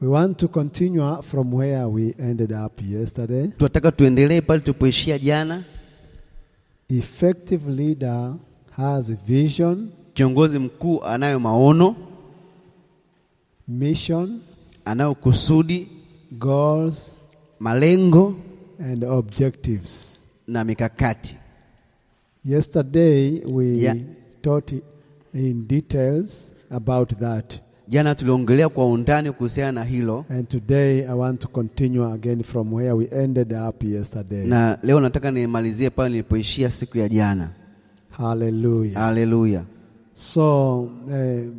We want to continue from where we ended up yesterday. tunataka tuendelee pale tulipoishia jana. Effective leader has a vision, Kiongozi mkuu anayo maono, mission, anayo kusudi, goals, malengo and objectives. na mikakati. Yesterday we Yeah. taught in details about that. Jana tuliongelea kwa undani kuhusiana na hilo, And today I want to continue again from where we ended up yesterday. na leo nataka nimalizie pale nilipoishia siku ya jana. Ah. Hallelujah. Haleluya! so, uh,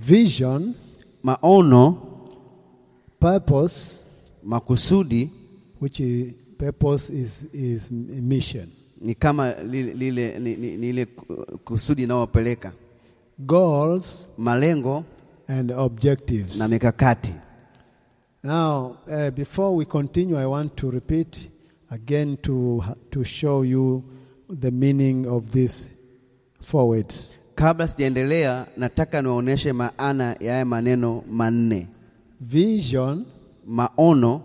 vision, Maono, purpose, makusudi which is, purpose is, is mission. ni kama lile, lile, ni, ni, ni ile ku- kusudi inayowapeleka Goals malengo and objectives. na mikakati. Now, uh, before we continue, I want to repeat again to, to show you the meaning of these four words. Kabla sijaendelea, nataka niwaoneshe maana ya haya maneno manne: Vision maono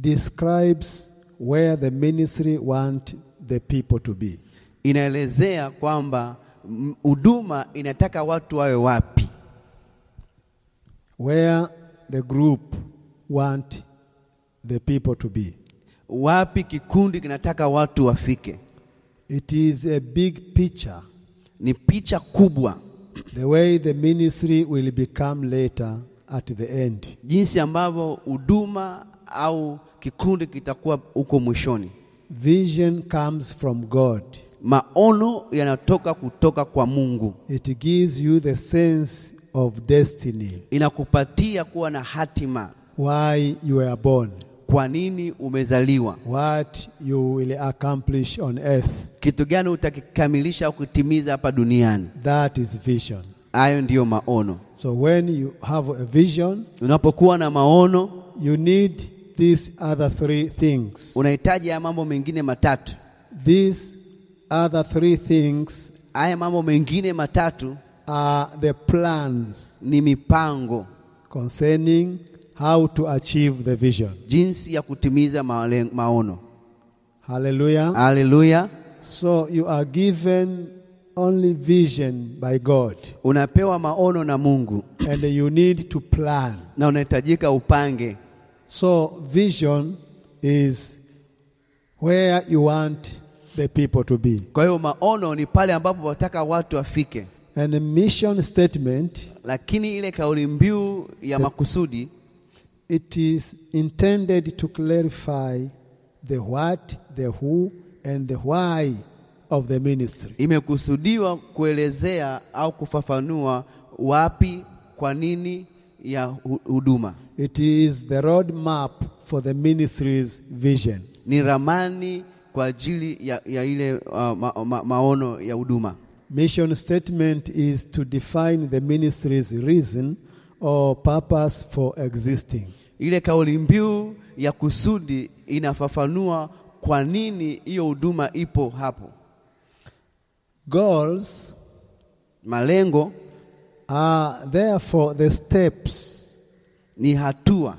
describes where the ministry want the people to be. inaelezea kwamba mm, huduma inataka watu wawe wapi, where the group want the people to be. wapi kikundi kinataka watu wafike. It is a big picture, Ni picha kubwa, the way the ministry will become later at the end. jinsi ambavyo huduma au kikundi kitakuwa huko mwishoni. Vision comes from God. Maono yanatoka kutoka kwa Mungu, It gives you the sense of destiny, inakupatia kuwa na hatima, why you were born, kwa nini umezaliwa, what you will accomplish on earth. kitu gani utakikamilisha au kutimiza hapa duniani. That is vision. Hayo ndiyo maono. So when you have a vision, Unapokuwa na maono, you need these other three things. unahitaji haya mambo mengine matatu. These other three things Haya mambo mengine matatu are the plans ni mipango, concerning how to achieve the vision. jinsi ya kutimiza maole- maono. Hallelujah. Haleluya! So you are given only vision by God, Unapewa maono na Mungu and you need to plan. na unahitajika upange. So vision is where you want the people to be. Kwa hiyo maono ni pale ambapo wataka watu wafike, And a mission statement lakini ile kauli mbiu ya makusudi It is intended to clarify the what, the who, and the why of the ministry. imekusudiwa kuelezea au kufafanua wapi, kwa nini ya hu- huduma. It is the roadmap for the ministry's vision. Ni ramani kwa ajili ya, ya ile uh, ma, ma, maono ya huduma. Mission statement is to define the ministry's reason or purpose for existing. Ile kauli mbiu ya kusudi inafafanua kwa nini hiyo huduma ipo hapo. Goals Malengo are therefore the steps, ni hatua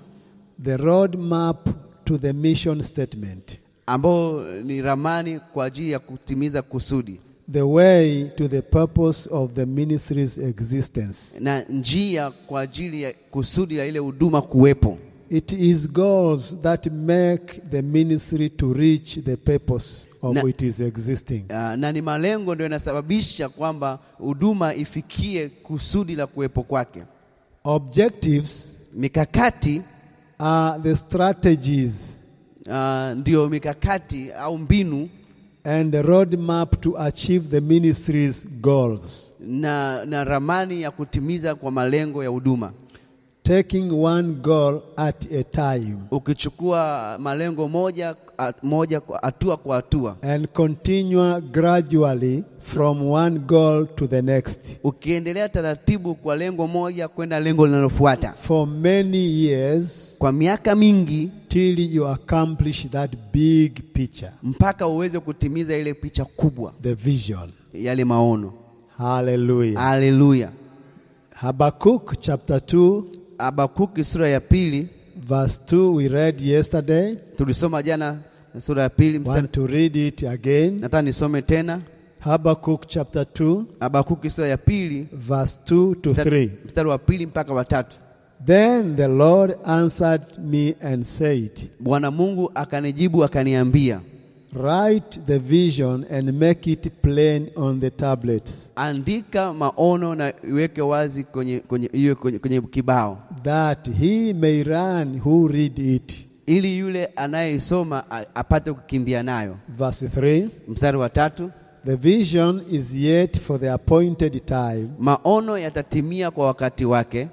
the roadmap to the mission statement, ambayo ni ramani kwa ajili ya kutimiza kusudi the way to the purpose of the ministry's existence. na njia kwa ajili ya kusudi la ile huduma kuwepo. It is goals that make the ministry to reach the purpose of Na- which it is existing. Ah, na ni malengo ndio yanasababisha kwamba huduma ifikie kusudi la kuwepo kwake. Objectives Mikakati are the strategies ah, ndiyo mikakati au mbinu and the roadmap to achieve the ministry's goals. na, na ramani ya kutimiza kwa malengo ya huduma, Taking one goal at a time ukichukua malengo moja a- moja kwa- hatua kwa hatua, and continue gradually from one goal to the next. ukiendelea taratibu kwa lengo moja kwenda lengo linalofuata For many years kwa miaka mingi, till you accomplish that big picture, mpaka uweze kutimiza ile picha kubwa, the vision. yale maono. Hallelujah. Haleluya! Habakkuk chapter 2, habakuki sura ya pili verse 2, we read yesterday. tulisoma jana sura ya pili mstari- Want to read it again? nataka nisome tena Habakkuk chapter 2, habakuki sura ya pili verse 2 to mstari- 3. mstari wa pili mpaka wa tatu Then the Lord answered me and said, bwana mungu akanijibu akaniambia Write the vision and make it plain on the tablets, andika maono na iweke wazi kwenye, kwenye, iwe kwenye, kwenye kibao that he may run who read it. ili yule anayeisoma a- apate kukimbia nayo Verse 3 mstari wa tatu The vision is yet for the appointed time, maono yatatimia kwa wakati wake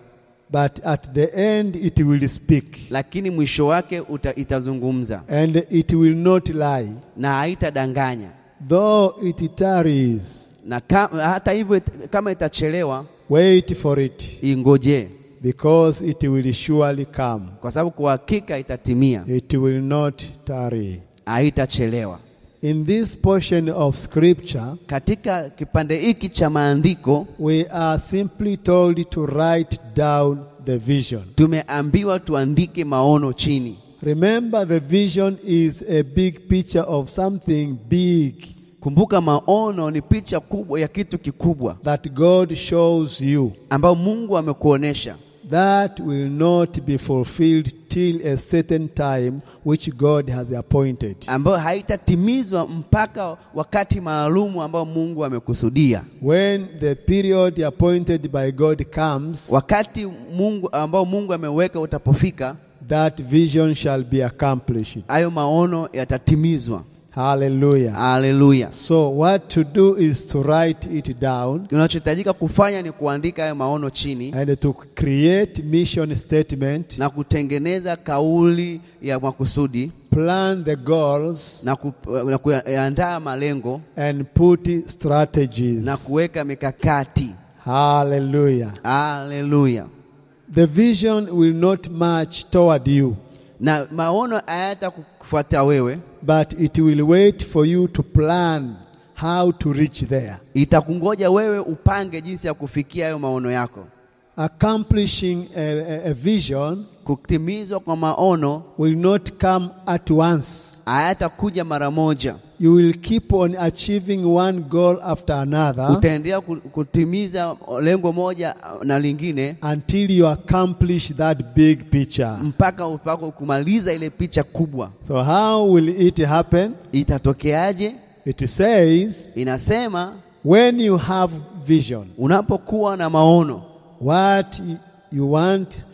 but at the end it will speak, lakini mwisho wake uta, itazungumza and it will not lie. na haitadanganya Though it tarries, na ka, hata hivyo it- kama itachelewa wait for it, ingojee because it will surely come. kwa sababu kwa hakika itatimia It will not tarry. haitachelewa In this portion of scripture, katika kipande hiki cha maandiko we are simply told to write down the vision. tumeambiwa tuandike maono chini Remember, the vision is a big picture of something big kumbuka maono ni picha kubwa ya kitu kikubwa that God shows you ambayo mungu amekuonesha that will not be fulfilled till a certain time which God has appointed. ambayo haitatimizwa mpaka wakati maalumu ambao mungu amekusudia When the period appointed by God comes, wakati mungu ambao mungu ameweka utapofika that vision shall be accomplished. hayo maono yatatimizwa Hallelujah. haleluya So, what to do is to write it down kinachohitajika kufanya ni kuandika hayo maono chini and to create mission statement na kutengeneza kauli ya makusudi plan the goals na, ku, na kuandaa malengo and put strategies. na kuweka mikakati Hallelujah. haleluya The vision will not march toward you, na maono hayata kufuata wewe but it will wait for you to plan how to reach there. itakungoja wewe upange jinsi ya kufikia hayo maono yako Accomplishing a, a- a vision kutimizwa kwa maono will not come at once. hayatakuja mara moja You will keep on achieving one goal after another utaendelea ku- kutimiza lengo moja na lingine until you accomplish that big picture. mpaka upako kumaliza ile picha kubwa So, how will it happen? itatokeaje It says, inasema when you have vision, unapokuwa na maono what y- you want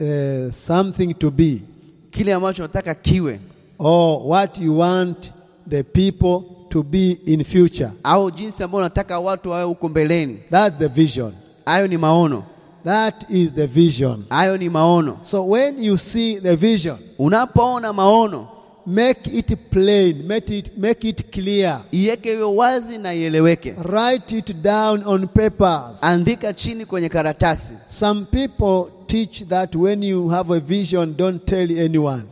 uh, something to be, kile ambacho nataka kiwe or what you want the people to be in future. au jinsi ambayo nataka watu wawe huko mbeleni That's the vision. hayo ni maono That is the vision. hayo ni maono So when you see the vision, unapoona maono make it plain, make it, make it clear. iweke iwe wazi na ieleweke Write it down on papers. andika chini kwenye karatasi Some people teach that when you have a vision, don't tell anyone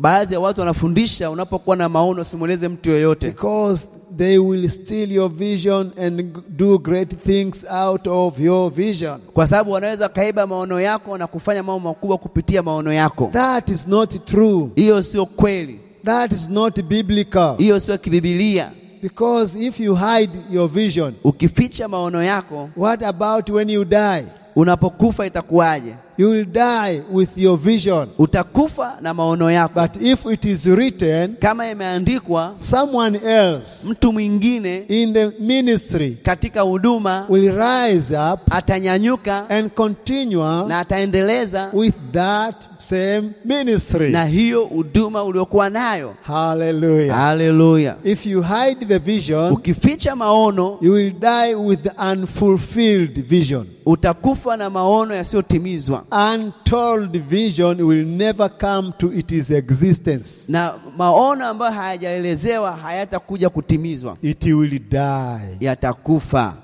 baadhi ya watu wanafundisha unapokuwa na maono simweleze mtu yoyote because they will steal your vision and g- do great things out of your vision. kwa sababu wanaweza wakaiba maono yako na kufanya mambo makubwa kupitia maono yako That is not true. hiyo sio kweli That is not biblical. hiyo sio kibibilia Because if you hide your vision, ukificha maono yako what about when you die? unapokufa itakuwaje You will die with your vision. utakufa na maono yako But if it is written, kama imeandikwa someone else mtu mwingine in the ministry katika huduma will rise up atanyanyuka and continue na ataendeleza with that same ministry. na hiyo huduma uliokuwa nayo Hallelujah. haleluya If you hide the vision, ukificha maono you will die with the unfulfilled vision. utakufa na maono yasiyotimizwa Untold vision will never come to its existence. na maono ambayo hayajaelezewa hayatakuja kutimizwa It will die. yatakufa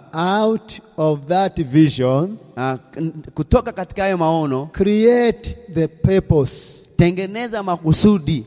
Out of that vision, Ah, n- kutoka katika hayo maono create the purpose. tengeneza makusudi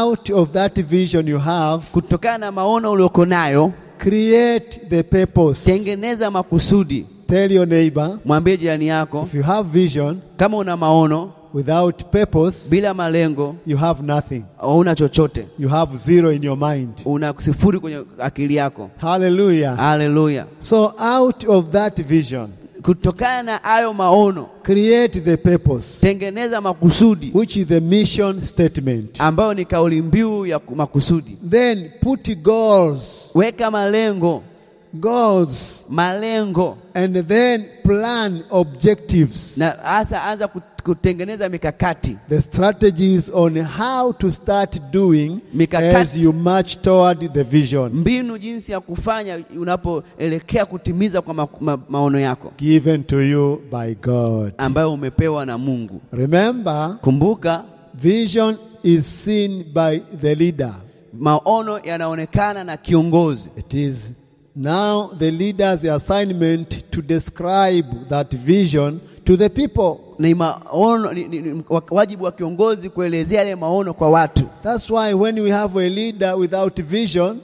Out of that vision you have, kutokana na maono ulioko nayo create the purpose. tengeneza makusudi Tell your neighbor mwambie jirani yako if you have vision kama una maono without purpose, bila malengo you have nothing. hauna chochote You have zero in your mind. una sifuri kwenye akili yako Hallelujah. haleluya So, out of that vision, kutokana na hayo maono create the purpose, tengeneza makusudi which is the mission statement. ambayo ni kauli mbiu ya ku- makusudi Then put goals, weka malengo goals, malengo and then plan objectives, na hasa anza kut- kutengeneza mikakati the strategies on how to start doing Mikakati. as you march toward the vision mbinu jinsi ya kufanya unapoelekea kutimiza kwa ma, ma, maono yako given to you by God. ambayo umepewa na Mungu. Remember, Kumbuka, vision is seen by the leader. maono yanaonekana na kiongozi, It is now the leader's assignment to describe that vision to the people. ni maono ni, ni, ni, wa- wajibu wa kiongozi kuelezea yale maono kwa watu, That's why when we have a leader without vision,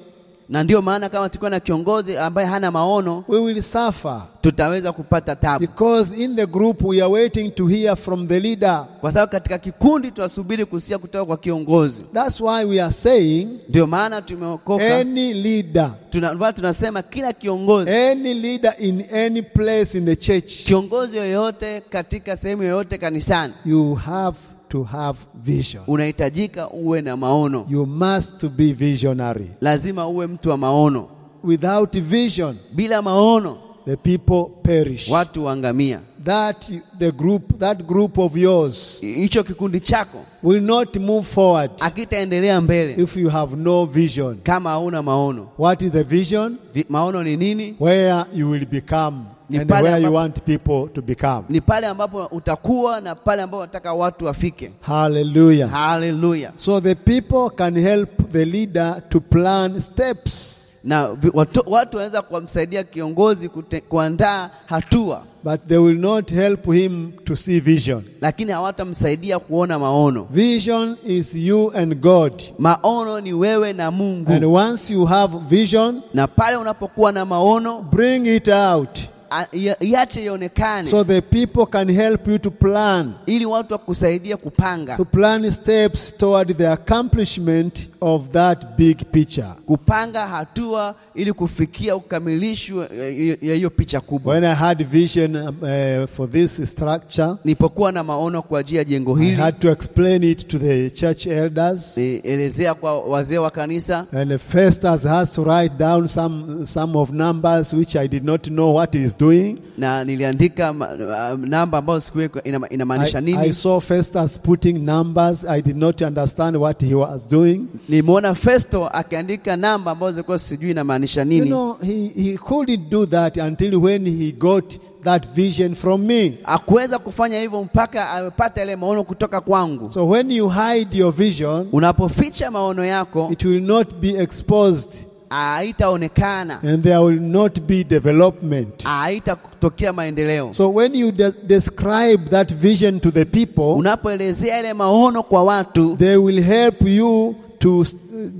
na ndiyo maana kama tukiwa na kiongozi ambaye hana maono we will suffer. tutaweza kupata tabu, Because in the group we are waiting to hear from the leader. kwa sababu katika kikundi tunasubiri kusikia kutoka kwa kiongozi. That's why we are saying Ndio maana tumeokoka, any leader, tuna, bado tunasema kila kiongozi any leader in any place in the church, kiongozi yoyote katika sehemu yoyote kanisani you have to have vision. unahitajika uwe na maono, You must to be visionary. lazima uwe mtu wa maono. Without vision, Bila maono the people perish. watu waangamia. That the group, that group of yours Hicho kikundi chako will not move forward akitaendelea mbele if you have no vision. kama hauna maono. What is the vision? Vi- Maono ni nini? Where you will become Ni and pale where you ambapo- want people to become. Ni pale ambapo utakuwa na pale ambapo unataka watu wafike. Hallelujah. Haleluya! So the people can help the leader to plan steps, Na vi- watu, watu wanaweza kumsaidia kiongozi kute, kuandaa hatua, but they will not help him to see vision. lakini hawatamsaidia kuona maono. Vision is you and God. Maono ni wewe na Mungu, And once you have vision, na pale unapokuwa na maono bring it out a- ia- iache ionekane so the people can help you to plan, ili watu wakusaidia kupanga to plan steps toward the accomplishment of that big picture. kupanga hatua ili kufikia ukamilishwe ya- ya hiyo picha kubwa. When I had vision um, uh, for this structure, Nilipokuwa na maono kwa ajili ya jengo I hili, had to explain it to the church elders. nilielezea kwa wazee wa kanisa, And Festus has to write down some, some of numbers which I did not know what he is doing. na niliandika ma- ma- namba ambayo sikuwa inama- I, inamaanisha I nini. saw Festus putting numbers. I did not understand what he was doing. Nimeona Festo akiandika namba ambazo zilikuwa sijui inamaanisha You nini. know, he, he couldn't do that until when he got that vision from me. Hakuweza kufanya hivyo mpaka amepata yale maono kutoka kwangu. So when you hide your vision, Unapoficha maono yako it will not be exposed haitaonekana, and there will not be development. haitatokea maendeleo. So when you de- describe that vision to the people, Unapoelezea yale maono kwa watu, They will help you to, s-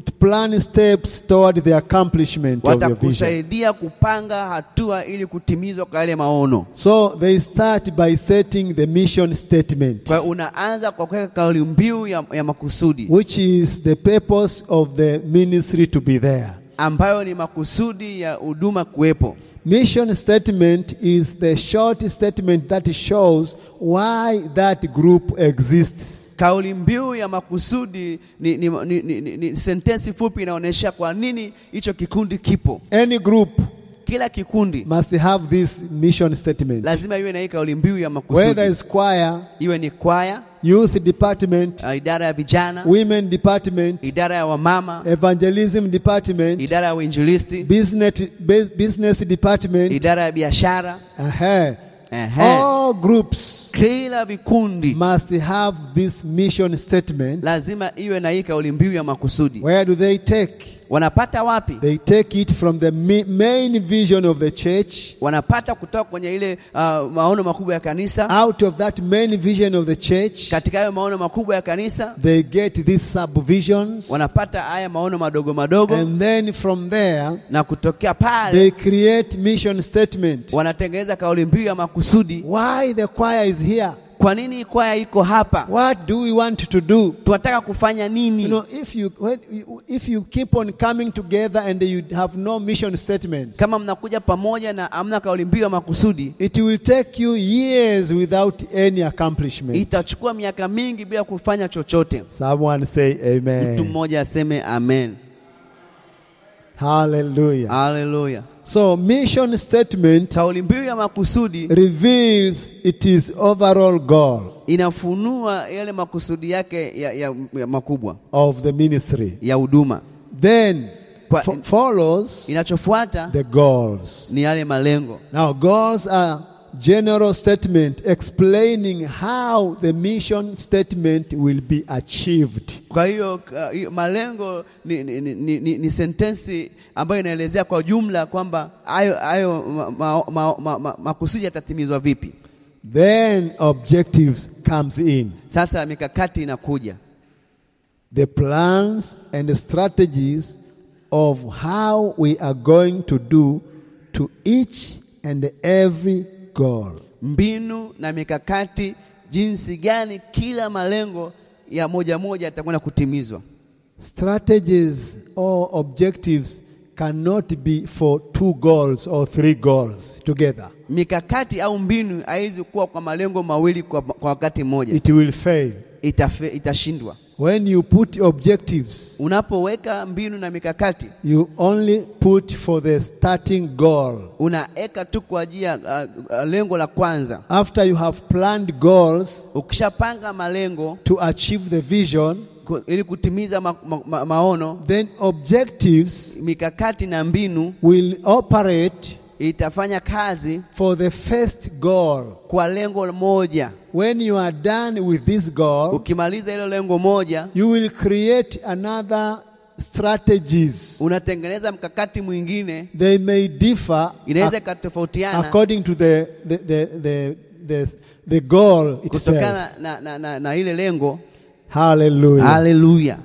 to plan steps toward the accomplishment of your vision. watakusaidia kupanga hatua ili kutimizwa kwa yale maono. So they start by setting the mission statement, Kwa hiyo unaanza kwa kuweka kauli mbiu ya, ya makusudi which is the purpose of the ministry to be there. ambayo ni makusudi ya huduma kuwepo. Mission statement is the short statement that shows why that group exists. Kauli mbiu ya makusudi ni, ni, ni, ni, ni, ni sentensi fupi inaonyesha kwa nini hicho kikundi kipo. Any group Kila kikundi must have this mission statement. lazima iwe na hii kauli mbiu ya Whether makusudi, it's choir, iwe ni kwaya, youth department, uh, idara ya vijana, women department, idara ya wamama, evangelism department, idara ya uinjilisti, business, bus- business department, idara ya biashara uh-huh. Ehe. all groups groups Kila vikundi must have this mission statement. lazima iwe na hii kauli mbiu ya makusudi. Where do they take? Wanapata wapi? They take it from the mi- main vision of the church. Wanapata kutoka kwenye ile uh, maono makubwa ya kanisa. Out of that main vision of the church, Katika hayo maono makubwa ya kanisa they get these subvisions. wanapata haya maono madogo madogo, And then from there, na kutokea pale they create mission statement. wanatengeneza kauli mbiu ya makusudi. Why the choir is here? Kwa nini kwaya iko hapa? What do we want to do? Tunataka kufanya You nini? know, if you, when, you- if you keep on coming together and you have no mission statement, Kama mnakuja pamoja na hamna kauli mbiu ya makusudi, it will take you years without any accomplishment. itachukua miaka mingi bila kufanya chochote. Someone say Mtu amen. mmoja aseme amen. Hallelujah. Ah. Haleluya. So mission statement Kauli mbiu ya makusudi reveals it is overall goal inafunua yale makusudi yake ya, ya, ya makubwa of the ministry. ya huduma. Then Kwa- fo- follows Inachofuata the goals. ni yale malengo. Now goals are general statement explaining how the mission statement will be achieved. Kwa hiyo ka- hiyo malengo ni, ni, ni, ni, ni, ni sentensi ambayo inaelezea kwa jumla kwamba hayo hayo ma, ma, ma, ma, ma, makusudi yatatimizwa vipi. Then objectives comes in. Sasa mikakati inakuja, The plans and the strategies of how we are going to do to each and every goal. mbinu na mikakati, jinsi gani kila malengo ya moja moja yatakwenda kutimizwa. Strategies or objectives cannot be for two goals or three goals together. Mikakati au mbinu haiwezi kuwa kwa malengo mawili kwa, kwa wakati mmoja, It will fail. Itafe, itashindwa. When you put objectives, Unapoweka mbinu na mikakati you only put for the starting goal. unaeka tu kwa ajili ya uh, uh, lengo la kwanza. After you have planned goals Ukishapanga malengo to achieve the vision, ku- ili kutimiza ma, ma, ma, maono, then objectives mikakati na mbinu will operate itafanya kazi for the first goal. kwa lengo moja. When you are done with this goal, Ukimaliza hilo lengo moja, you will create another strategies. unatengeneza mkakati mwingine, They may differ inaweza ac- ikatofautiana according to the, the, the, the, the, the goal itself. kutokana na, na, na, na ile lengo. Hallelujah. Haleluya!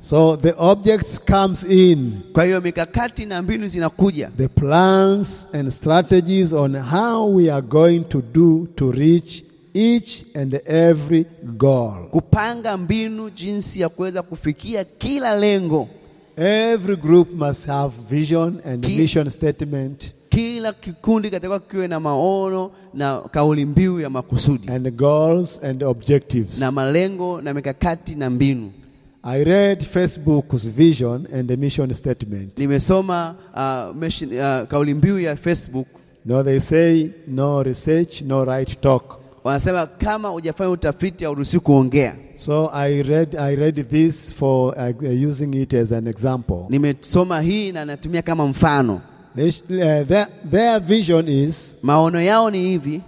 So the objects comes in Kwa hiyo mikakati na mbinu zinakuja, the plans and strategies on how we are going to do to reach each and every goal. kupanga mbinu jinsi ya kuweza kufikia kila lengo. Every group must have vision and Ki- mission statement Kila kikundi kitakuwa kiwe na maono na kauli mbiu ya makusudi and goals and objectives. na malengo na mikakati na mbinu. I read Facebook's vision and the mission statement. Nimesoma uh, meshi, uh, kauli mbiu ya Facebook No, they say no research, no right talk. wanasema, kama hujafanya utafiti hauruhusiwi kuongea. So I read I read this for uh, using it as an example. Nimesoma hii na natumia kama mfano. They sh- uh, their, their vision is Maono yao ni hivi: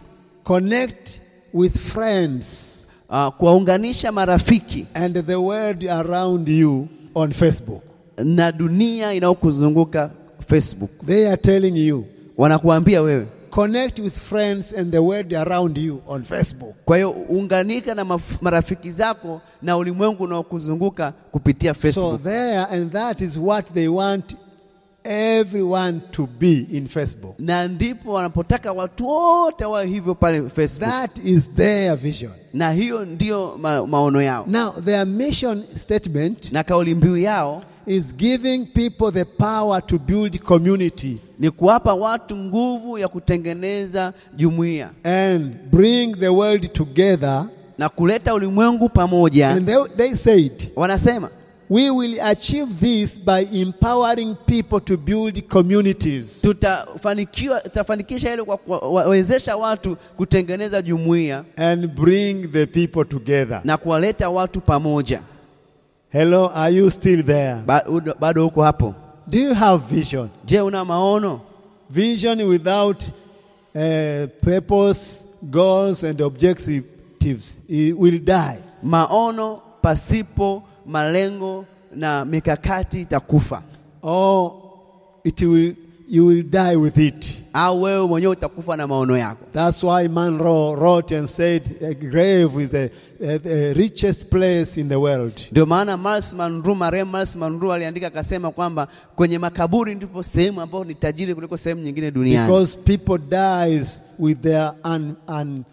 connect with friends uh, kuwaunganisha marafiki and the world around you on Facebook. na dunia inayokuzunguka Facebook. They are telling you Wanakuambia wewe, connect with friends and the world around you on Facebook. kwa hiyo unganika na maf- marafiki zako na ulimwengu unaokuzunguka kupitia So Facebook. there and that is what they want everyone to be in Facebook. na ndipo wanapotaka watu wote wawe hivyo pale Facebook, That is their vision. na hiyo ndiyo ma maono yao Now their mission statement na kauli mbiu yao is giving people the power to build community ni kuwapa watu nguvu ya kutengeneza jumuiya and bring the world together. na kuleta ulimwengu pamoja. And they, they said, Wanasema We will achieve this by empowering people to build communities. tutafanikiwa, tutafanikisha hilo kwa kuwawezesha watu kutengeneza jumuiya And bring the people together. na kuwaleta watu pamoja. Hello, are you still there? Ba- udo- Bado huko hapo. Do you have vision? Je, una maono? Vision without uh, purpose, goals and objectives, he will die. maono pasipo malengo na mikakati itakufa Or it will, you will die with it. au wewe mwenyewe utakufa na maono yako That's why Monroe wrote and said, a grave is the, uh, the richest place in the world. ndio maana Mars Monroe, marehemu Mars Monroe aliandika akasema kwamba kwenye makaburi ndipo sehemu ambayo ni tajiri kuliko sehemu nyingine duniani Because people dies with their un, un,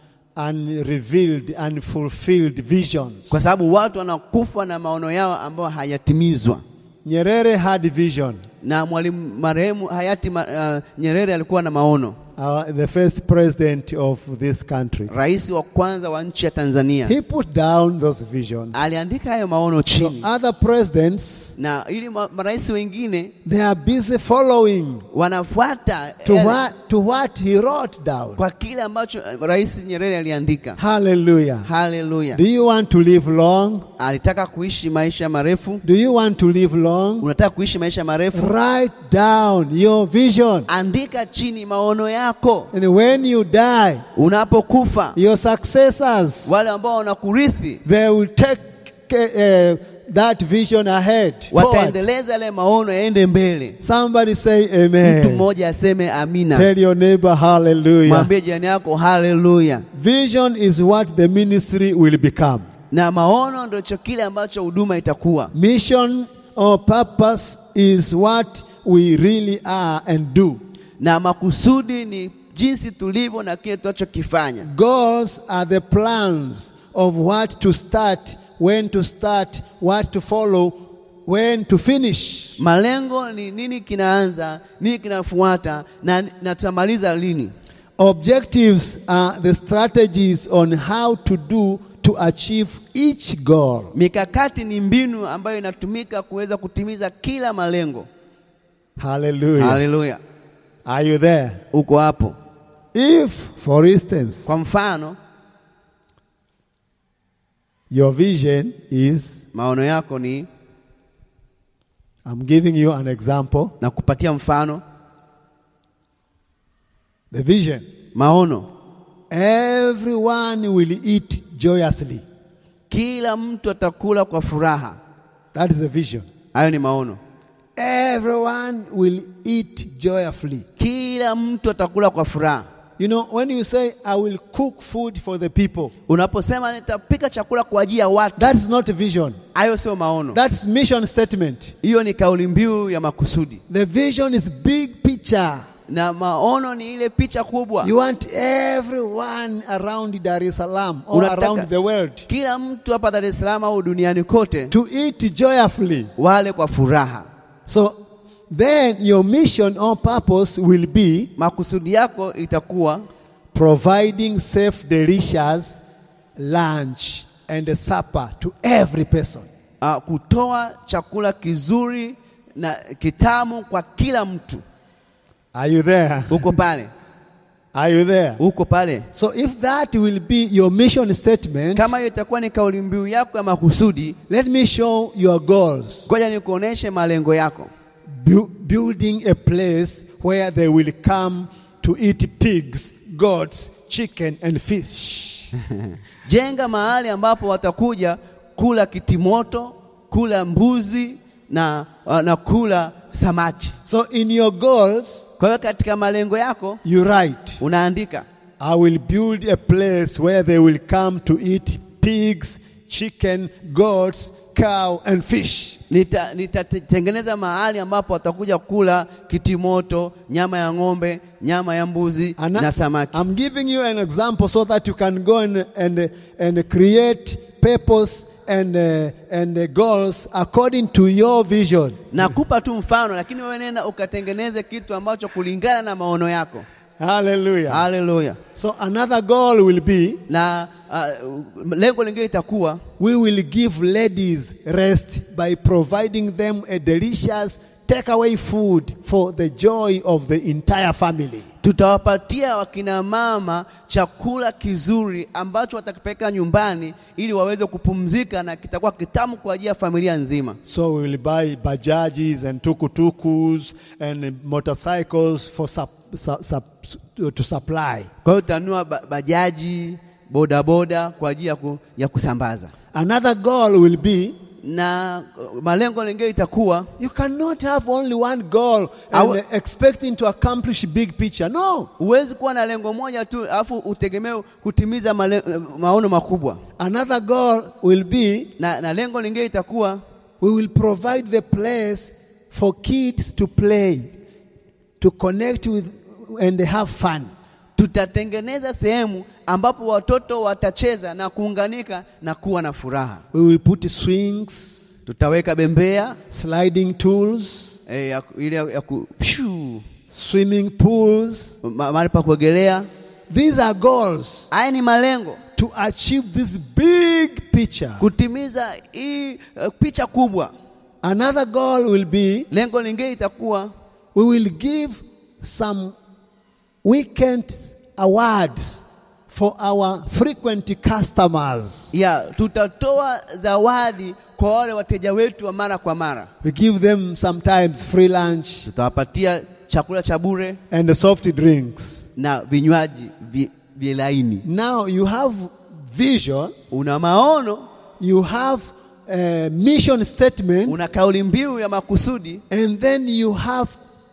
unrevealed, unfulfilled visions. kwa sababu watu wanakufa na maono yao ambayo hayatimizwa Nyerere had vision. na mwalimu marehemu hayati ma, uh, Nyerere alikuwa na maono, uh, the first president of this country. rais wa kwanza wa nchi ya Tanzania He put down those visions. aliandika hayo maono So chini, other presidents, na ili ma- marais wengine they are busy following wanafuata to yale- what, to what he wrote down. kwa kile ambacho eh, rais Nyerere aliandika. Hallelujah. Haleluya! Do you want to live long? Alitaka kuishi maisha marefu. Do you want to live long? Unataka kuishi maisha marefu, Write down your vision. andika chini maono yako. And when you die, Unapokufa your successors, wale ambao wanakurithi they will take uh, that vision ahead. Forward. wataendeleza yale maono yaende mbele. Somebody say Mtu amen. mmoja aseme amina. Tell your neighbor hallelujah. Mwambie jirani yako haleluya. Vision is what the ministry will become. Na maono ndicho kile ambacho huduma itakuwa. Mission or purpose is what we really are and do. Na makusudi ni jinsi tulivyo na kile tunachokifanya. Goals are the plans of what to start, when to start, what to follow, when to finish. Malengo ni nini kinaanza, nini kinafuata na, na tutamaliza lini. Objectives are the strategies on how to do to achieve each goal. Mikakati ni mbinu ambayo inatumika kuweza kutimiza kila malengo. Hallelujah. Haleluya. Are you there? Uko hapo. If, for instance, Kwa mfano, your vision is, maono yako ni I'm giving you an example. na kupatia mfano The vision. maono, Everyone will eat joyously. kila mtu atakula kwa furaha. That is the vision. Hayo ni maono. Everyone will eat joyfully. kila mtu atakula kwa furaha. You know, when you say, I will cook food for the people, Unaposema nitapika chakula kwa ajili ya watu, that is not a vision. hayo sio maono, That's mission statement. hiyo ni kauli mbiu ya makusudi. The vision is big picture. Na maono ni ile picha kubwa, You want everyone around Dar es Salaam or Unataka- around the world kila mtu hapa Dar es Salaam au duniani kote to eat joyfully. wale kwa furaha. So then your mission or purpose will be Makusudi yako itakuwa providing safe, delicious lunch and a supper to every person. uh, kutoa chakula kizuri na kitamu kwa kila mtu. Are you there? Uko pale, Are you there? uko pale. So, if that will be your mission statement, Kama hiyo itakuwa ni kauli mbiu yako ya makusudi, let me show your goals. ngoja nikuoneshe malengo yako. Bu- building a place where they will come to eat pigs, goats, chicken, and fish. Jenga mahali ambapo watakuja kula kitimoto, kula mbuzi na, ah, na kula samaki. So, in your goals, Kwa hiyo katika malengo yako you write. unaandika I will build a place where they will come to eat pigs, chicken, goats, cow, and fish. nita- nitatengeneza mahali ambapo watakuja kula kitimoto, nyama ya ng'ombe, nyama ya mbuzi And I- na samaki. I'm giving you an example so that you can go and, and, and create purpose and, uh, and uh, goals according to your vision. Nakupa tu mfano, lakini wewe nenda ukatengeneze kitu ambacho kulingana na maono yako. Hallelujah. Haleluya! so another goal will be Na uh, lengo lingine itakuwa we will give ladies rest by providing them a delicious take away food for the joy of the entire family. tutawapatia wakina mama chakula kizuri ambacho watakipeleka nyumbani ili waweze kupumzika na kitakuwa kitamu kwa ajili ya familia nzima So we will buy bajajes and tukutukus and motorcycles for sup, su- sup, to supply. kwa hiyo tutanua ba- bajaji bodaboda kwa ajili ya, ku, ya kusambaza Another goal will be na uh, malengo lengine itakuwa you cannot have only one goal and Our- expecting to accomplish big picture. No. huwezi kuwa na lengo moja tu alafu utegemee kutimiza male, uh, maono makubwa Another goal will be na, na lengo lingine itakuwa we will provide the place for kids to play, to connect with and have fun. tutatengeneza sehemu ambapo watoto watacheza na kuunganika na kuwa na furaha We will put swings, tutaweka bembea sliding tools, e, ya, ile ya, ya ku, pshu, swimming pools. ma, mahali pa kuogelea These are goals haya ni malengo to achieve this big picture. kutimiza hii uh, picha kubwa Another goal will be lengo lingine itakuwa we will give some weekend awards for our frequent customers. ya tutatoa zawadi kwa wale wateja wetu wa mara kwa mara We give them sometimes free lunch tutawapatia chakula cha bure and soft drinks. na vinywaji vi- vilaini Now you have vision, una maono you have uh, mission statements, una kauli mbiu ya makusudi and then you have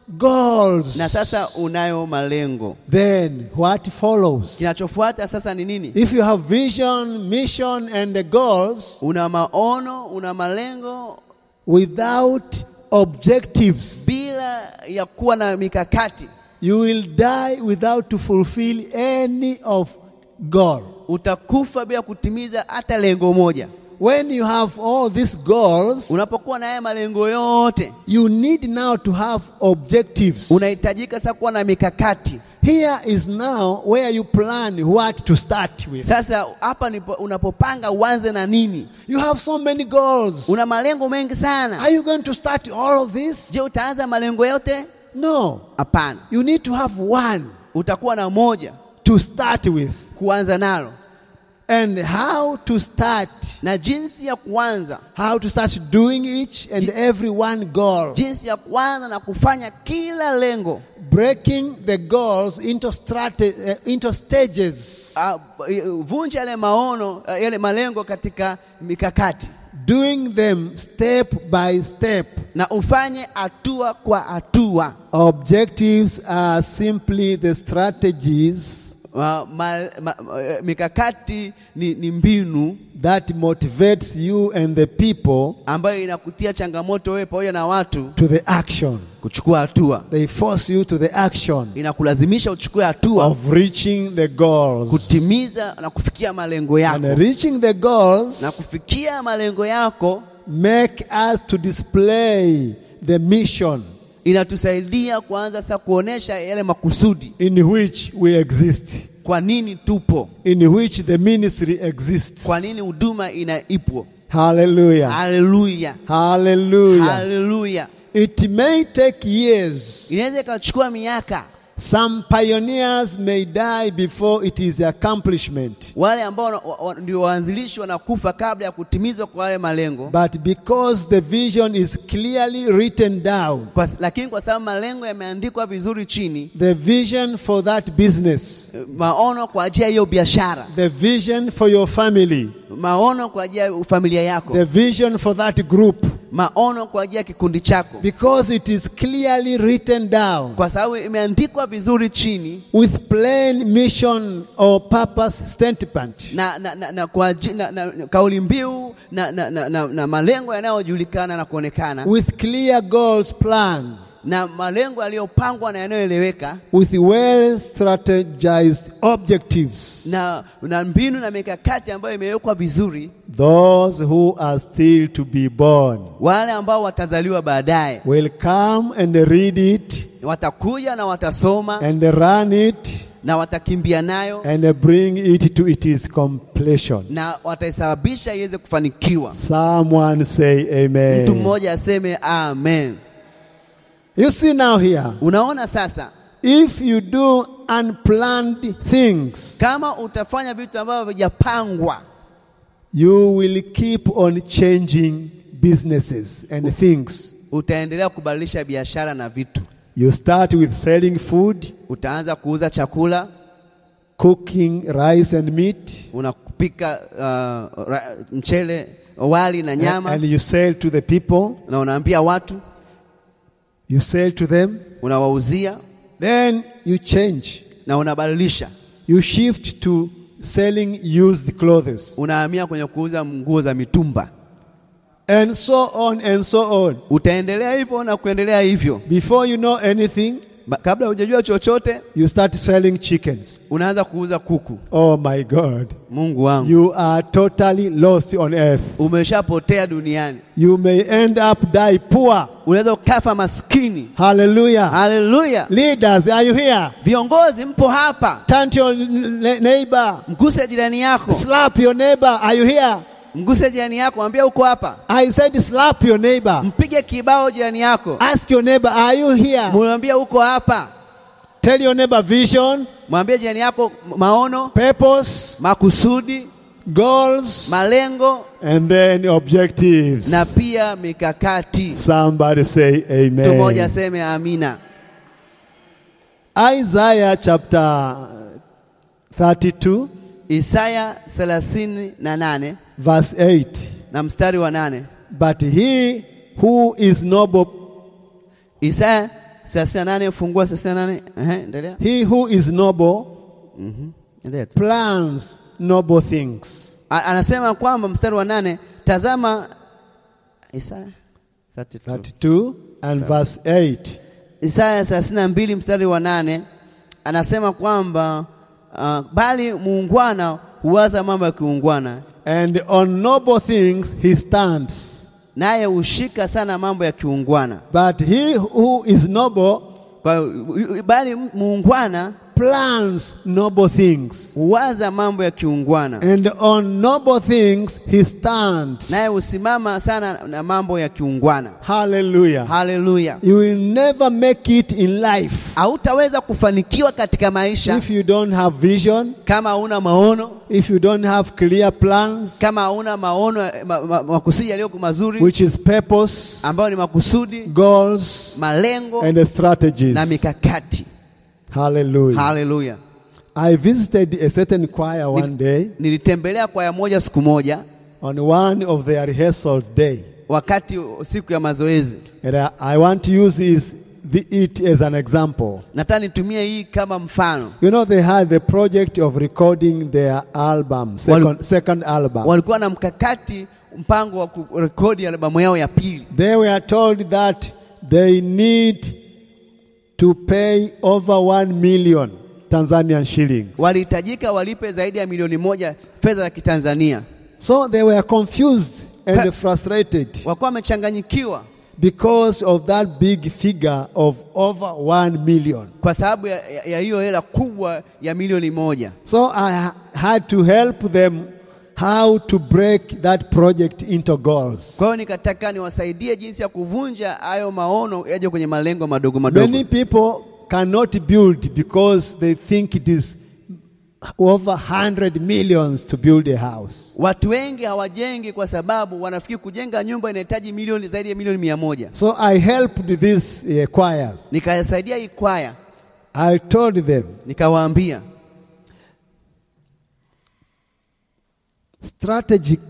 goals. na sasa unayo malengo Then what follows? kinachofuata sasa ni nini If you have vision, mission, and the goals una maono una malengo without objectives, bila ya kuwa na mikakati you will die without to fulfill any of goal. utakufa bila kutimiza hata lengo moja When you have all these goals, unapokuwa na haya malengo yote you need now to have objectives. unahitajika sasa kuwa na mikakati Here is now where you plan what to start with. sasa hapa nipo- unapopanga uanze na nini You have so many goals. una malengo mengi sana Are you going to start all of this? je utaanza malengo yote No. hapana You need to have one utakuwa na moja to start with. kuanza nalo And how to start. na jinsi ya kuanza How to start doing each and every one goal. jinsi ya kuanza na kufanya kila lengo Breaking the goals into, strate- uh, into stages. Ah, eh, vunja yale maono eh, yale malengo katika mikakati Doing them step by step. na ufanye hatua kwa hatua Objectives are simply the strategies ma, Ah, ma, ma, eh, mikakati ni, ni mbinu that motivates you and the people ambayo inakutia changamoto wewe pamoja na watu to the action. kuchukua hatua They force you to the action inakulazimisha uchukue hatua of reaching the goals. kutimiza na kufikia malengo yako And reaching the goals na kufikia malengo yako make us to display the mission inatusaidia kuanza sasa kuonesha yale makusudi in which we exist, kwa nini tupo in which the ministry exists. kwa nini huduma inaipwo Hallelujah. haleluya Hallelujah. haleluya It may take years. inaweza ikachukua miaka Some pioneers may die before it is accomplishment. wale ambao wana- wa- wa- ndio waanzilishi wanakufa kabla ya kutimizwa kwa yale malengo But because the vision is clearly written down, kwa, lakini kwa sababu malengo yameandikwa vizuri chini the vision for that business, eh, maono kwa ajili ya hiyo biashara the vision for your family, maono kwa ajili ya familia yako the vision for that group, maono kwa ajili ya kikundi chako because it is clearly written down kwa sababu imeandikwa vizuri chini with plain mission or purpose statement, na, na, na, na, kwa ajili, na, na kauli mbiu na, na, na, na, na malengo yanayojulikana na kuonekana with clear goals plan, na malengo yaliyopangwa na yanayoeleweka with well strategized objectives. na, na mbinu na mikakati ambayo imewekwa vizuri Those who are still to be born wale ambao watazaliwa baadaye will come and read it watakuja na watasoma and run it na watakimbia nayo and bring it to its completion. na wataisababisha iweze kufanikiwa Someone say mtu amen. mmoja aseme amen You see now here, Unaona sasa, if you do unplanned things, kama utafanya vitu ambavyo havijapangwa you will keep on changing businesses and things. utaendelea kubadilisha biashara na vitu. You start with selling food, Utaanza kuuza chakula, cooking rice and meat, unapika uh, ra- mchele, wali na nyama and you sell to the people, na unaambia watu, you sell to them. unawauzia Then you change. na unabadilisha, You shift to selling used clothes, unahamia kwenye kuuza nguo za mitumba. and so on and so on. Utaendelea hivyo na kuendelea hivyo. Before you know anything, Ba- Kabla hujajua chochote, you start selling chickens. unaanza kuuza kuku. Oh my God. Mungu wangu, You are totally lost on earth. umeshapotea duniani, You may end up die poor. unaweza ukafa maskini. Hallelujah. Haleluya! Leaders, are you here? Viongozi mpo hapa, Turn to your ne- neighbor. mguse jirani yako, Slap your neighbor. Are you here? mguse jirani yako, mwambie uko hapa, I said slap your neighbor. mpige kibao jirani yako, Ask your neighbor, are you here? mwambie uko hapa, Tell your neighbor vision, mwambie jirani yako maono, purpose, makusudi, goals, malengo and then objectives. na pia mikakati. Somebody say Mtu mmoja amen. seme amina. Isaiah chapter 32 Isaya 38 verse 8. na mstari wa nane. But he who is noble, Isaya 38 fungua 38. Ehe, endelea. he who is noble Endelea tu. plans noble things. A- Anasema kwamba mstari wa nane, tazama Isaya 32. 32 and verse 8. Isaya 32 mstari wa nane anasema kwamba uh, bali muungwana huwaza mambo ya kiungwana, And on noble things he stands. naye hushika sana mambo ya kiungwana. But he who is noble Kwa hiyo, bali muungwana plans noble things. huwaza mambo ya kiungwana, And on noble things he stands. naye husimama sana na mambo ya kiungwana. Hallelujah. Haleluya! You will never make it in life Hautaweza kufanikiwa katika maisha if you don't have vision, kama huna maono, if you don't have clear plans, kama huna maono eh, ma, ma, makusudi yaliyo mazuri which is purpose, ambayo ni makusudi, goals malengo and strategies. na mikakati. Hallelujah. Haleluya! I visited a certain choir one day Nilitembelea kwaya moja siku moja, on one of their rehearsal day, wakati siku ya mazoezi. and I, I want to use is the, it as an example. Nataka nitumie hii kama mfano. You know, they had the project of recording their album, second, Wali- second album. Walikuwa na mkakati, mpango wa kurekodi albamu yao ya pili. they were told that they need to pay over one million Tanzanian shillings. Walihitajika walipe zaidi ya milioni moja fedha za Kitanzania. So they were confused Pa- and frustrated. Wakuwa wamechanganyikiwa because of that big figure of over 1 million. kwa sababu ya ya- ya hiyo hela kubwa ya milioni moja. So I ha- had to help them how to break that project into goals. Kwa hiyo nikataka niwasaidie jinsi ya kuvunja hayo maono yaje kwenye malengo madogo Many madogo. people cannot build because they think it is over 100 millions to build a house. Watu wengi hawajengi kwa sababu wanafikiri kujenga nyumba inahitaji milioni zaidi ya milioni mia moja. So I helped these uh, choirs. Nikasaidia hii kwaya, I told them nikawaambia strategic,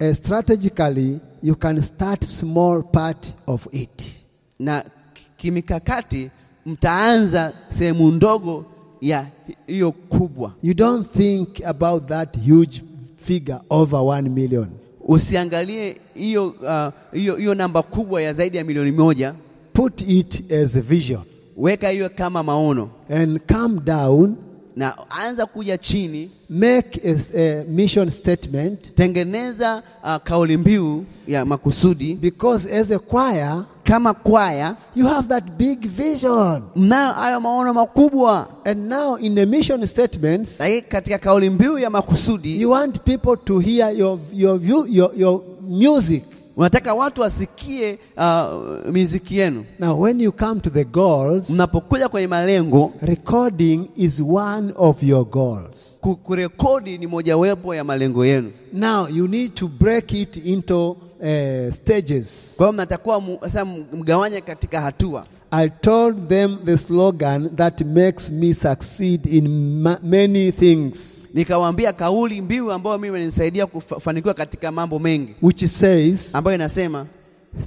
uh, strategically you can start small part of it. na ki- kimikakati mtaanza sehemu ndogo ya hi- hiyo kubwa. You don't think about that huge figure over one million. Usiangalie hiyo uh, hiyo hiyo namba kubwa ya zaidi ya milioni moja, Put it as a vision weka hiyo kama maono and come down, na anza kuja chini, make a, s- a mission statement tengeneza uh, kauli mbiu ya makusudi. because as a choir, Kama kwaya you have that big vision. mnayo hayo maono makubwa, And now in the mission statements, lakini katika kauli mbiu ya makusudi you want people to hear your, your, view, your, your music. unataka watu wasikie uh, miziki yenu. Now, when you come to the goals, Mnapokuja kwenye malengo, recording is one of your goals. ku- kurekodi ni mojawapo ya malengo yenu. Now, you need to break it into uh, stages. Kwa hiyo mnatakuwa mu- sasa m- mgawanye katika hatua. I told them the slogan that makes me succeed in ma- many things, Nikawaambia kauli mbiu ambayo mimi imenisaidia kufanikiwa katika mambo mengi, which says, ambayo inasema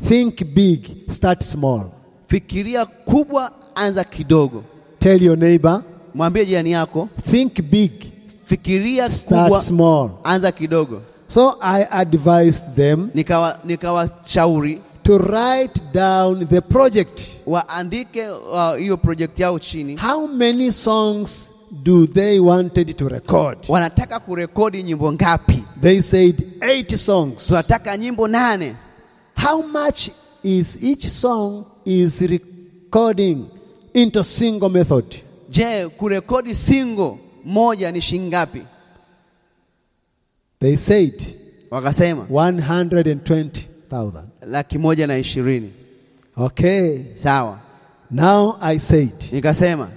Think big, start small. fikiria kubwa, anza kidogo. Tell your neighbor, Mwambie jirani yako, Think big, fikiria start kubwa, small. anza kidogo. So I advised them Nikawa nikawashauri to write down the project. waandike uh, hiyo project yao chini, How many songs do they wanted to record? wanataka kurekodi nyimbo ngapi? They said 80 songs. Tunataka nyimbo nane. How much is each song is recording into single method? Je, kurekodi single moja ni shilingi ngapi? They said Wakasema 120,000. laki moja na ishirini. Okay. Sawa, Now I said nikasema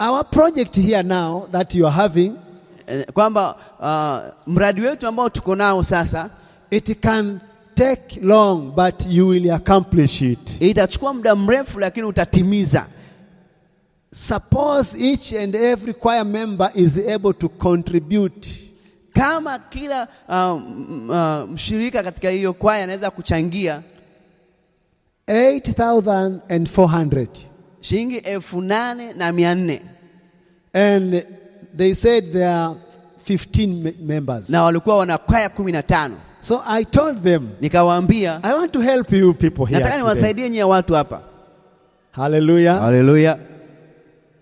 our project here now that you are having eh, kwamba uh, mradi wetu ambao tuko nao sasa it can take long but you will accomplish it. itachukua muda mrefu, lakini utatimiza. Suppose each and every choir member is able to contribute Kama kila uh, m- uh, mshirika katika hiyo kwaya anaweza kuchangia 8,400. shilingi elfu nane na mia nne And they said there are 15 me- members. na walikuwa wana kwaya kumi na tano. So I told them, Nikawaambia I want to help you people here. nataka Today. niwasaidie nyie watu hapa. Hallelujah. Haleluya!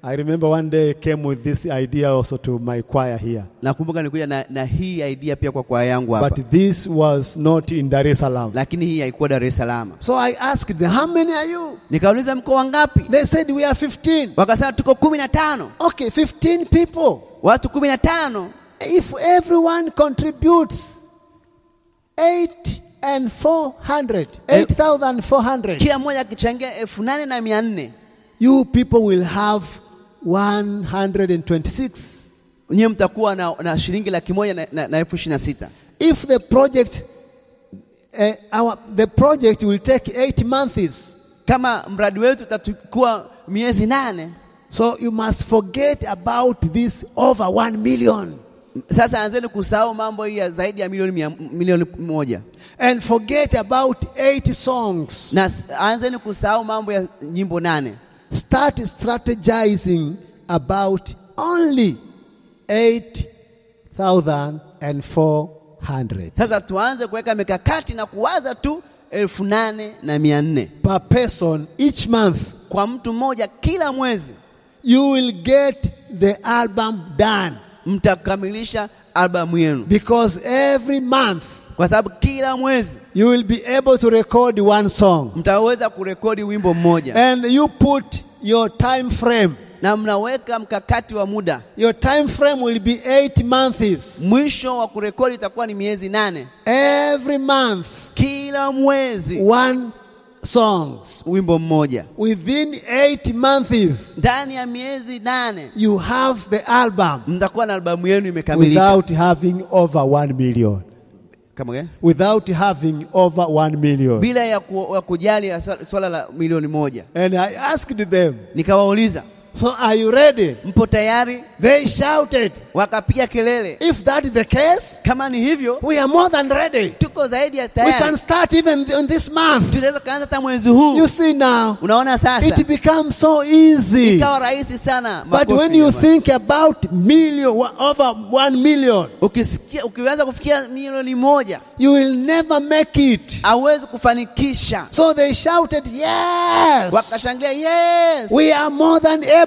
I remember one day I came with this idea also to my choir here. Nakumbuka nilikuja na, na hii idea pia kwa kwaya yangu hapa, But this was not in Dar es Salaam. lakini hii haikuwa Dar es Salaam. So I asked them, How many are you? Nikauliza mko wangapi? They said, We are 15. Wakasema tuko kumi na tano, Okay, 15 people. watu kumi na tano. If everyone contributes 8 and 400, 8,400. kila mmoja akichangia elfu nane na mia nne You people will have 126. nyie mtakuwa na, na shilingi laki moja na- na na elfu ishirini na sita If the project, uh, our, the project will take eight months. kama mradi wetu utachukua miezi nane So you must forget about this over one million sasa anzeni kusahau mambo hii ya zaidi ya milioni, mia, milioni moja and forget about eight songs. na s- anzeni kusahau mambo ya nyimbo nane Start strategizing about only 8,400 sasa tuanze kuweka mikakati na kuwaza tu elfu nane na mia nne per person each month. kwa mtu mmoja kila mwezi You will get the album done. mtakamilisha albamu yenu Because every month kwa sababu kila mwezi you will be able to record one song. mtaweza kurekodi wimbo mmoja And you put your time frame. na mnaweka mkakati wa muda. Your time frame will be eight months. Mwisho wa kurekodi itakuwa ni miezi nane, Every month, kila mwezi one song. wimbo mmoja. Within eight months, Ndani ya miezi nane you have the album mtakuwa na albamu yenu imekamilika. without having over one million. Kama gani? Without having over one million. Bila ya, ku, ya kujali ya swa- swala la milioni moja. And I asked them, Nikawauliza, So are you ready? mpo tayari? They shouted, Wakapiga kelele. If that is the case, Kama ni hivyo, we are more than ready. tuko zaidi ya We can tayari, start even in this month. tunaweza kuanza hata mwezi huu. You see now, Unaona sasa it becomes so easy. ikawa rahisi sana. But Makofi when you jamani. think about million, wa- over one million, ukisikia ukianza kufikia milioni moja you will never make it. hawezi kufanikisha. So they shouted, Yes, Wakashangilia, yes, we are more than able.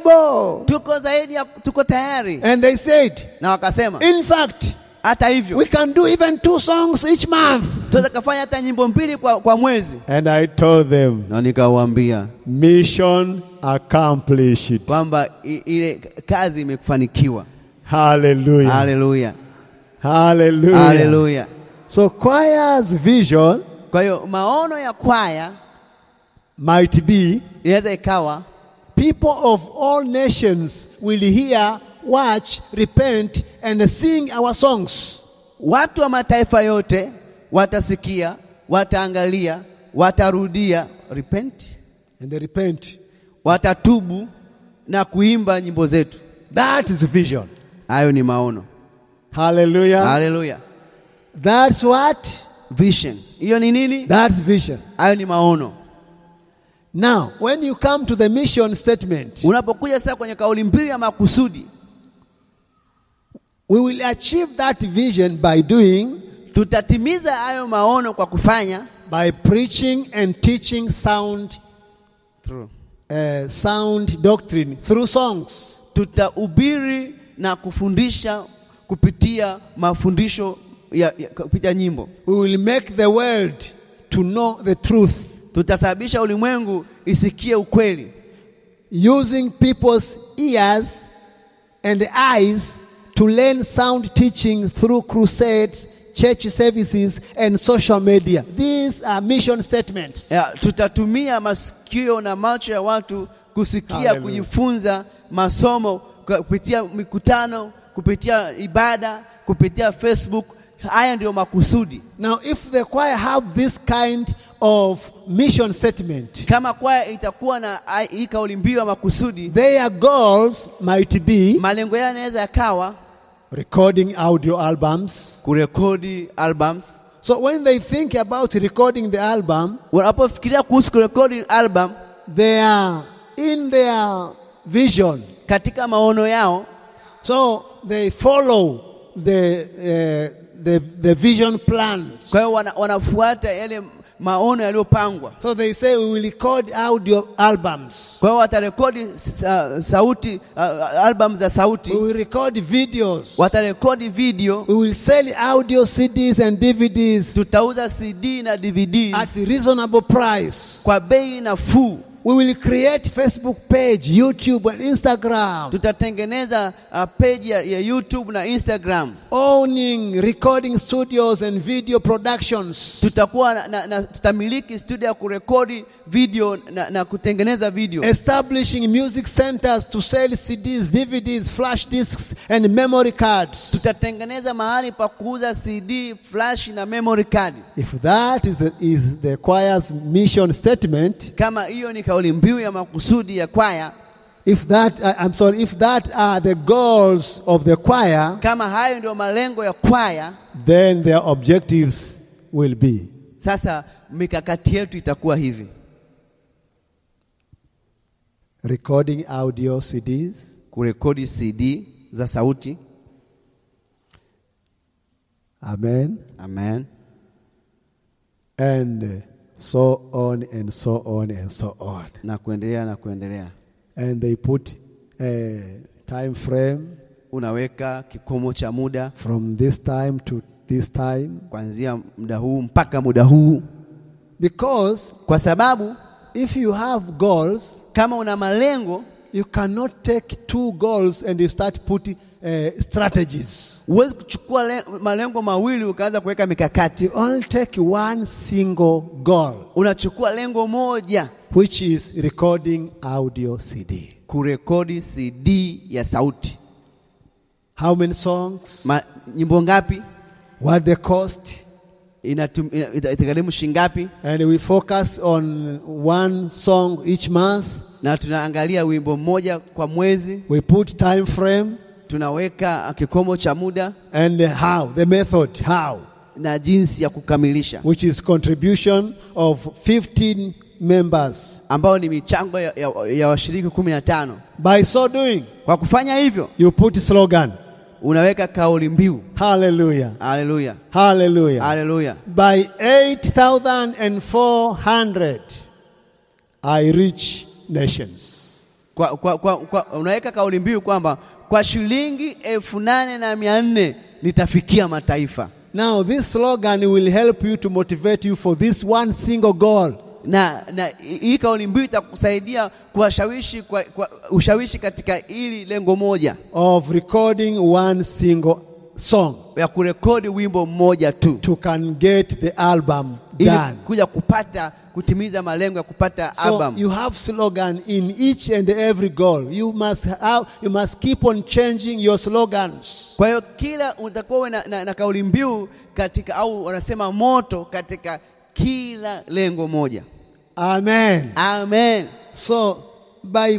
tuko zaidi ya, tuko tayari. And they said, Na wakasema In fact, hata we hivyo can do even two songs each month. tunaweza kufanya hata nyimbo mbili kwa, kwa mwezi. And I told them, Na nikawaambia Mission accomplished. kwamba i- ile kazi imefanikiwa. Hallelujah. Haleluya, Hallelujah. haleluya. So choir's vision Kwa hiyo maono ya kwaya might be inaweza ikawa people of all nations will hear, watch, repent, and sing our songs. watu wa mataifa yote watasikia, wataangalia, watarudia repent, And they repent. watatubu na kuimba nyimbo zetu. That is vision. Hayo ni maono. Hallelujah. Haleluya, That's what? vision. Hiyo ni nini? That's vision. Hayo ni maono. Now, when you come to the mission statement, Unapokuja sasa kwenye kauli mbiu ya makusudi, we will achieve that vision by doing, tutatimiza hayo maono kwa kufanya by preaching and teaching sound, uh, sound doctrine through songs. tutahubiri na kufundisha kupitia mafundisho ya, ya, kupitia nyimbo. We will make the world to know the truth Tutasababisha ulimwengu isikie ukweli using people's ears and eyes to learn sound teaching through crusades, church services, and social media. These are mission statements. ya, tutatumia masikio na macho ya watu kusikia, Hallelujah. kujifunza masomo kwa- kupitia mikutano, kupitia ibada, kupitia Facebook. Haya ndiyo makusudi. Now, if the choir have this kind of mission statement, Kama kwaya itakuwa na ai- hii kauli mbiu ya makusudi, their goals might be malengo yao yanaweza yakawa recording audio albums. kurekodi albums. So, when they think about recording the album, Wanapofikiria kuhusu kurekodi album, they are in their vision. katika maono yao So, they follow the, uh, the, the vision plan. kwa hiyo wana, wanafuata yale maono yaliyopangwa. So, they say, We will record audio albums, Kwa hiyo watarekodi sa, sauti uh, album za we sauti, will record videos, watarekodi video, we will sell audio CDs and DVDs. tutauza CD na at DVDs a reasonable price. kwa bei nafuu. We will create Facebook page, YouTube, and Instagram, Tutatengeneza uh, page ya, ya YouTube na Instagram. owning recording studios and video productions. Tutakuwa na, na, na, tutamiliki studio ya kurekodi video na, na kutengeneza video. Establishing music centers to sell CDs, DVDs, flash discs, and memory cards. Tutatengeneza mahali pa kuuza CD, flash na memory card. If that is the, is the choir's mission statement, kama hiyo ni kauli mbiu ya makusudi ya kwaya, if that, I- I'm sorry, if that are the goals of the choir, kama hayo ndio malengo ya kwaya, then their objectives will be sasa mikakati yetu itakuwa hivi: recording audio CDs, kurekodi CD za sauti, amen, amen, and so on and so on and so on. na kuendelea na kuendelea. And they put a time frame Unaweka kikomo cha muda from this time to this time kuanzia muda huu mpaka muda huu, because kwa sababu if you have goals, kama una malengo you cannot take two goals and you start putting uh, strategies. huwezi kuchukua le- malengo mawili ukaanza kuweka mikakati. You only take one single goal, Unachukua lengo moja, which is recording audio CD. kurekodi CD ya sauti. How many songs? Ma, nyimbo ngapi? What they cost? Inatum- ina- ita- itagharimu shilingi ngapi, And we focus on one song each month. na tunaangalia wimbo mmoja kwa mwezi, We put time frame tunaweka kikomo cha muda and how, the method, how, na jinsi ya kukamilisha, which is contribution of 15 members. ambayo ni michango ya, ya, ya washiriki kumi na tano. By so doing, Kwa kufanya hivyo, you put slogan. unaweka kauli mbiu. Hallelujah. Haleluya, Hallelujah. haleluya. By 8,400, I reach nations. Kwa, kwa, kwa, kwa, unaweka kauli mbiu kwamba kwa shilingi elfu nane na mia nne nitafikia mataifa, Now, this slogan will help you to motivate you for this one single goal. na na hii kauli mbiu itakusaidia kuwashawishi kwa, kwa ushawishi katika hili lengo moja of recording one single song. ya kurekodi wimbo mmoja tu to can get the album ili done. kuja kupata kutimiza malengo ya kupata So album. you have slogan in each and every goal. You must have, you must keep on changing your slogans. Kwa hiyo kila utakuwa uwe na, na, na kauli mbiu katika au wanasema moto katika kila lengo moja. Amen. Amen. So by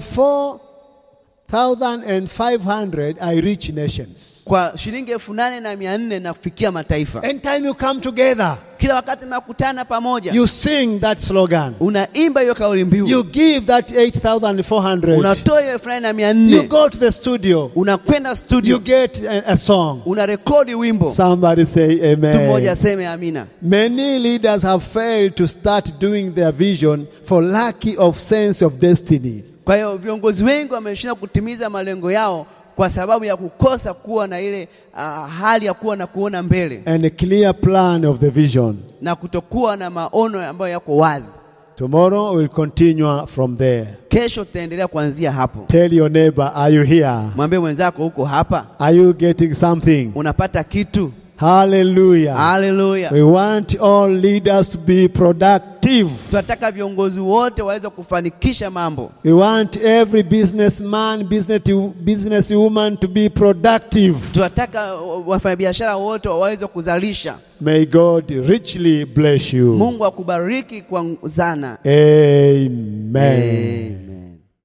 4,500 I reach nations. Kwa shilingi elfu nane na mia nne na kufikia mataifa. Anytime you come together, Kila wakati mnakutana pamoja, you sing that slogan. unaimba hiyo kauli You mbiu, give that 8,400. unatoa hiyo elfu nane na mia You nne go to the studio. unakwenda You studio, get a, a song. unarekodi wimbo. Somebody say Mtu mmoja amen. aseme amina. Many leaders have failed to start doing their vision for lack of sense of destiny. Kwa hiyo viongozi wengi wameshindwa kutimiza malengo yao kwa sababu ya kukosa kuwa na ile uh, hali ya kuwa na kuona mbele and a clear plan of the vision. na kutokuwa na maono ambayo yako wazi. Tomorrow we'll continue from there. Kesho tutaendelea kuanzia hapo. Tell your neighbor, are you here? Mwambie mwenzako huko hapa Are you getting something? unapata kitu. Hallelujah. Haleluya! We want all leaders to be productive. Tunataka viongozi wote waweze kufanikisha mambo. We want every businessman, business businesswoman to be productive. Tunataka wafanyabiashara wote waweze kuzalisha. May God richly bless you. Mungu akubariki kwa sana. Amen. Amen.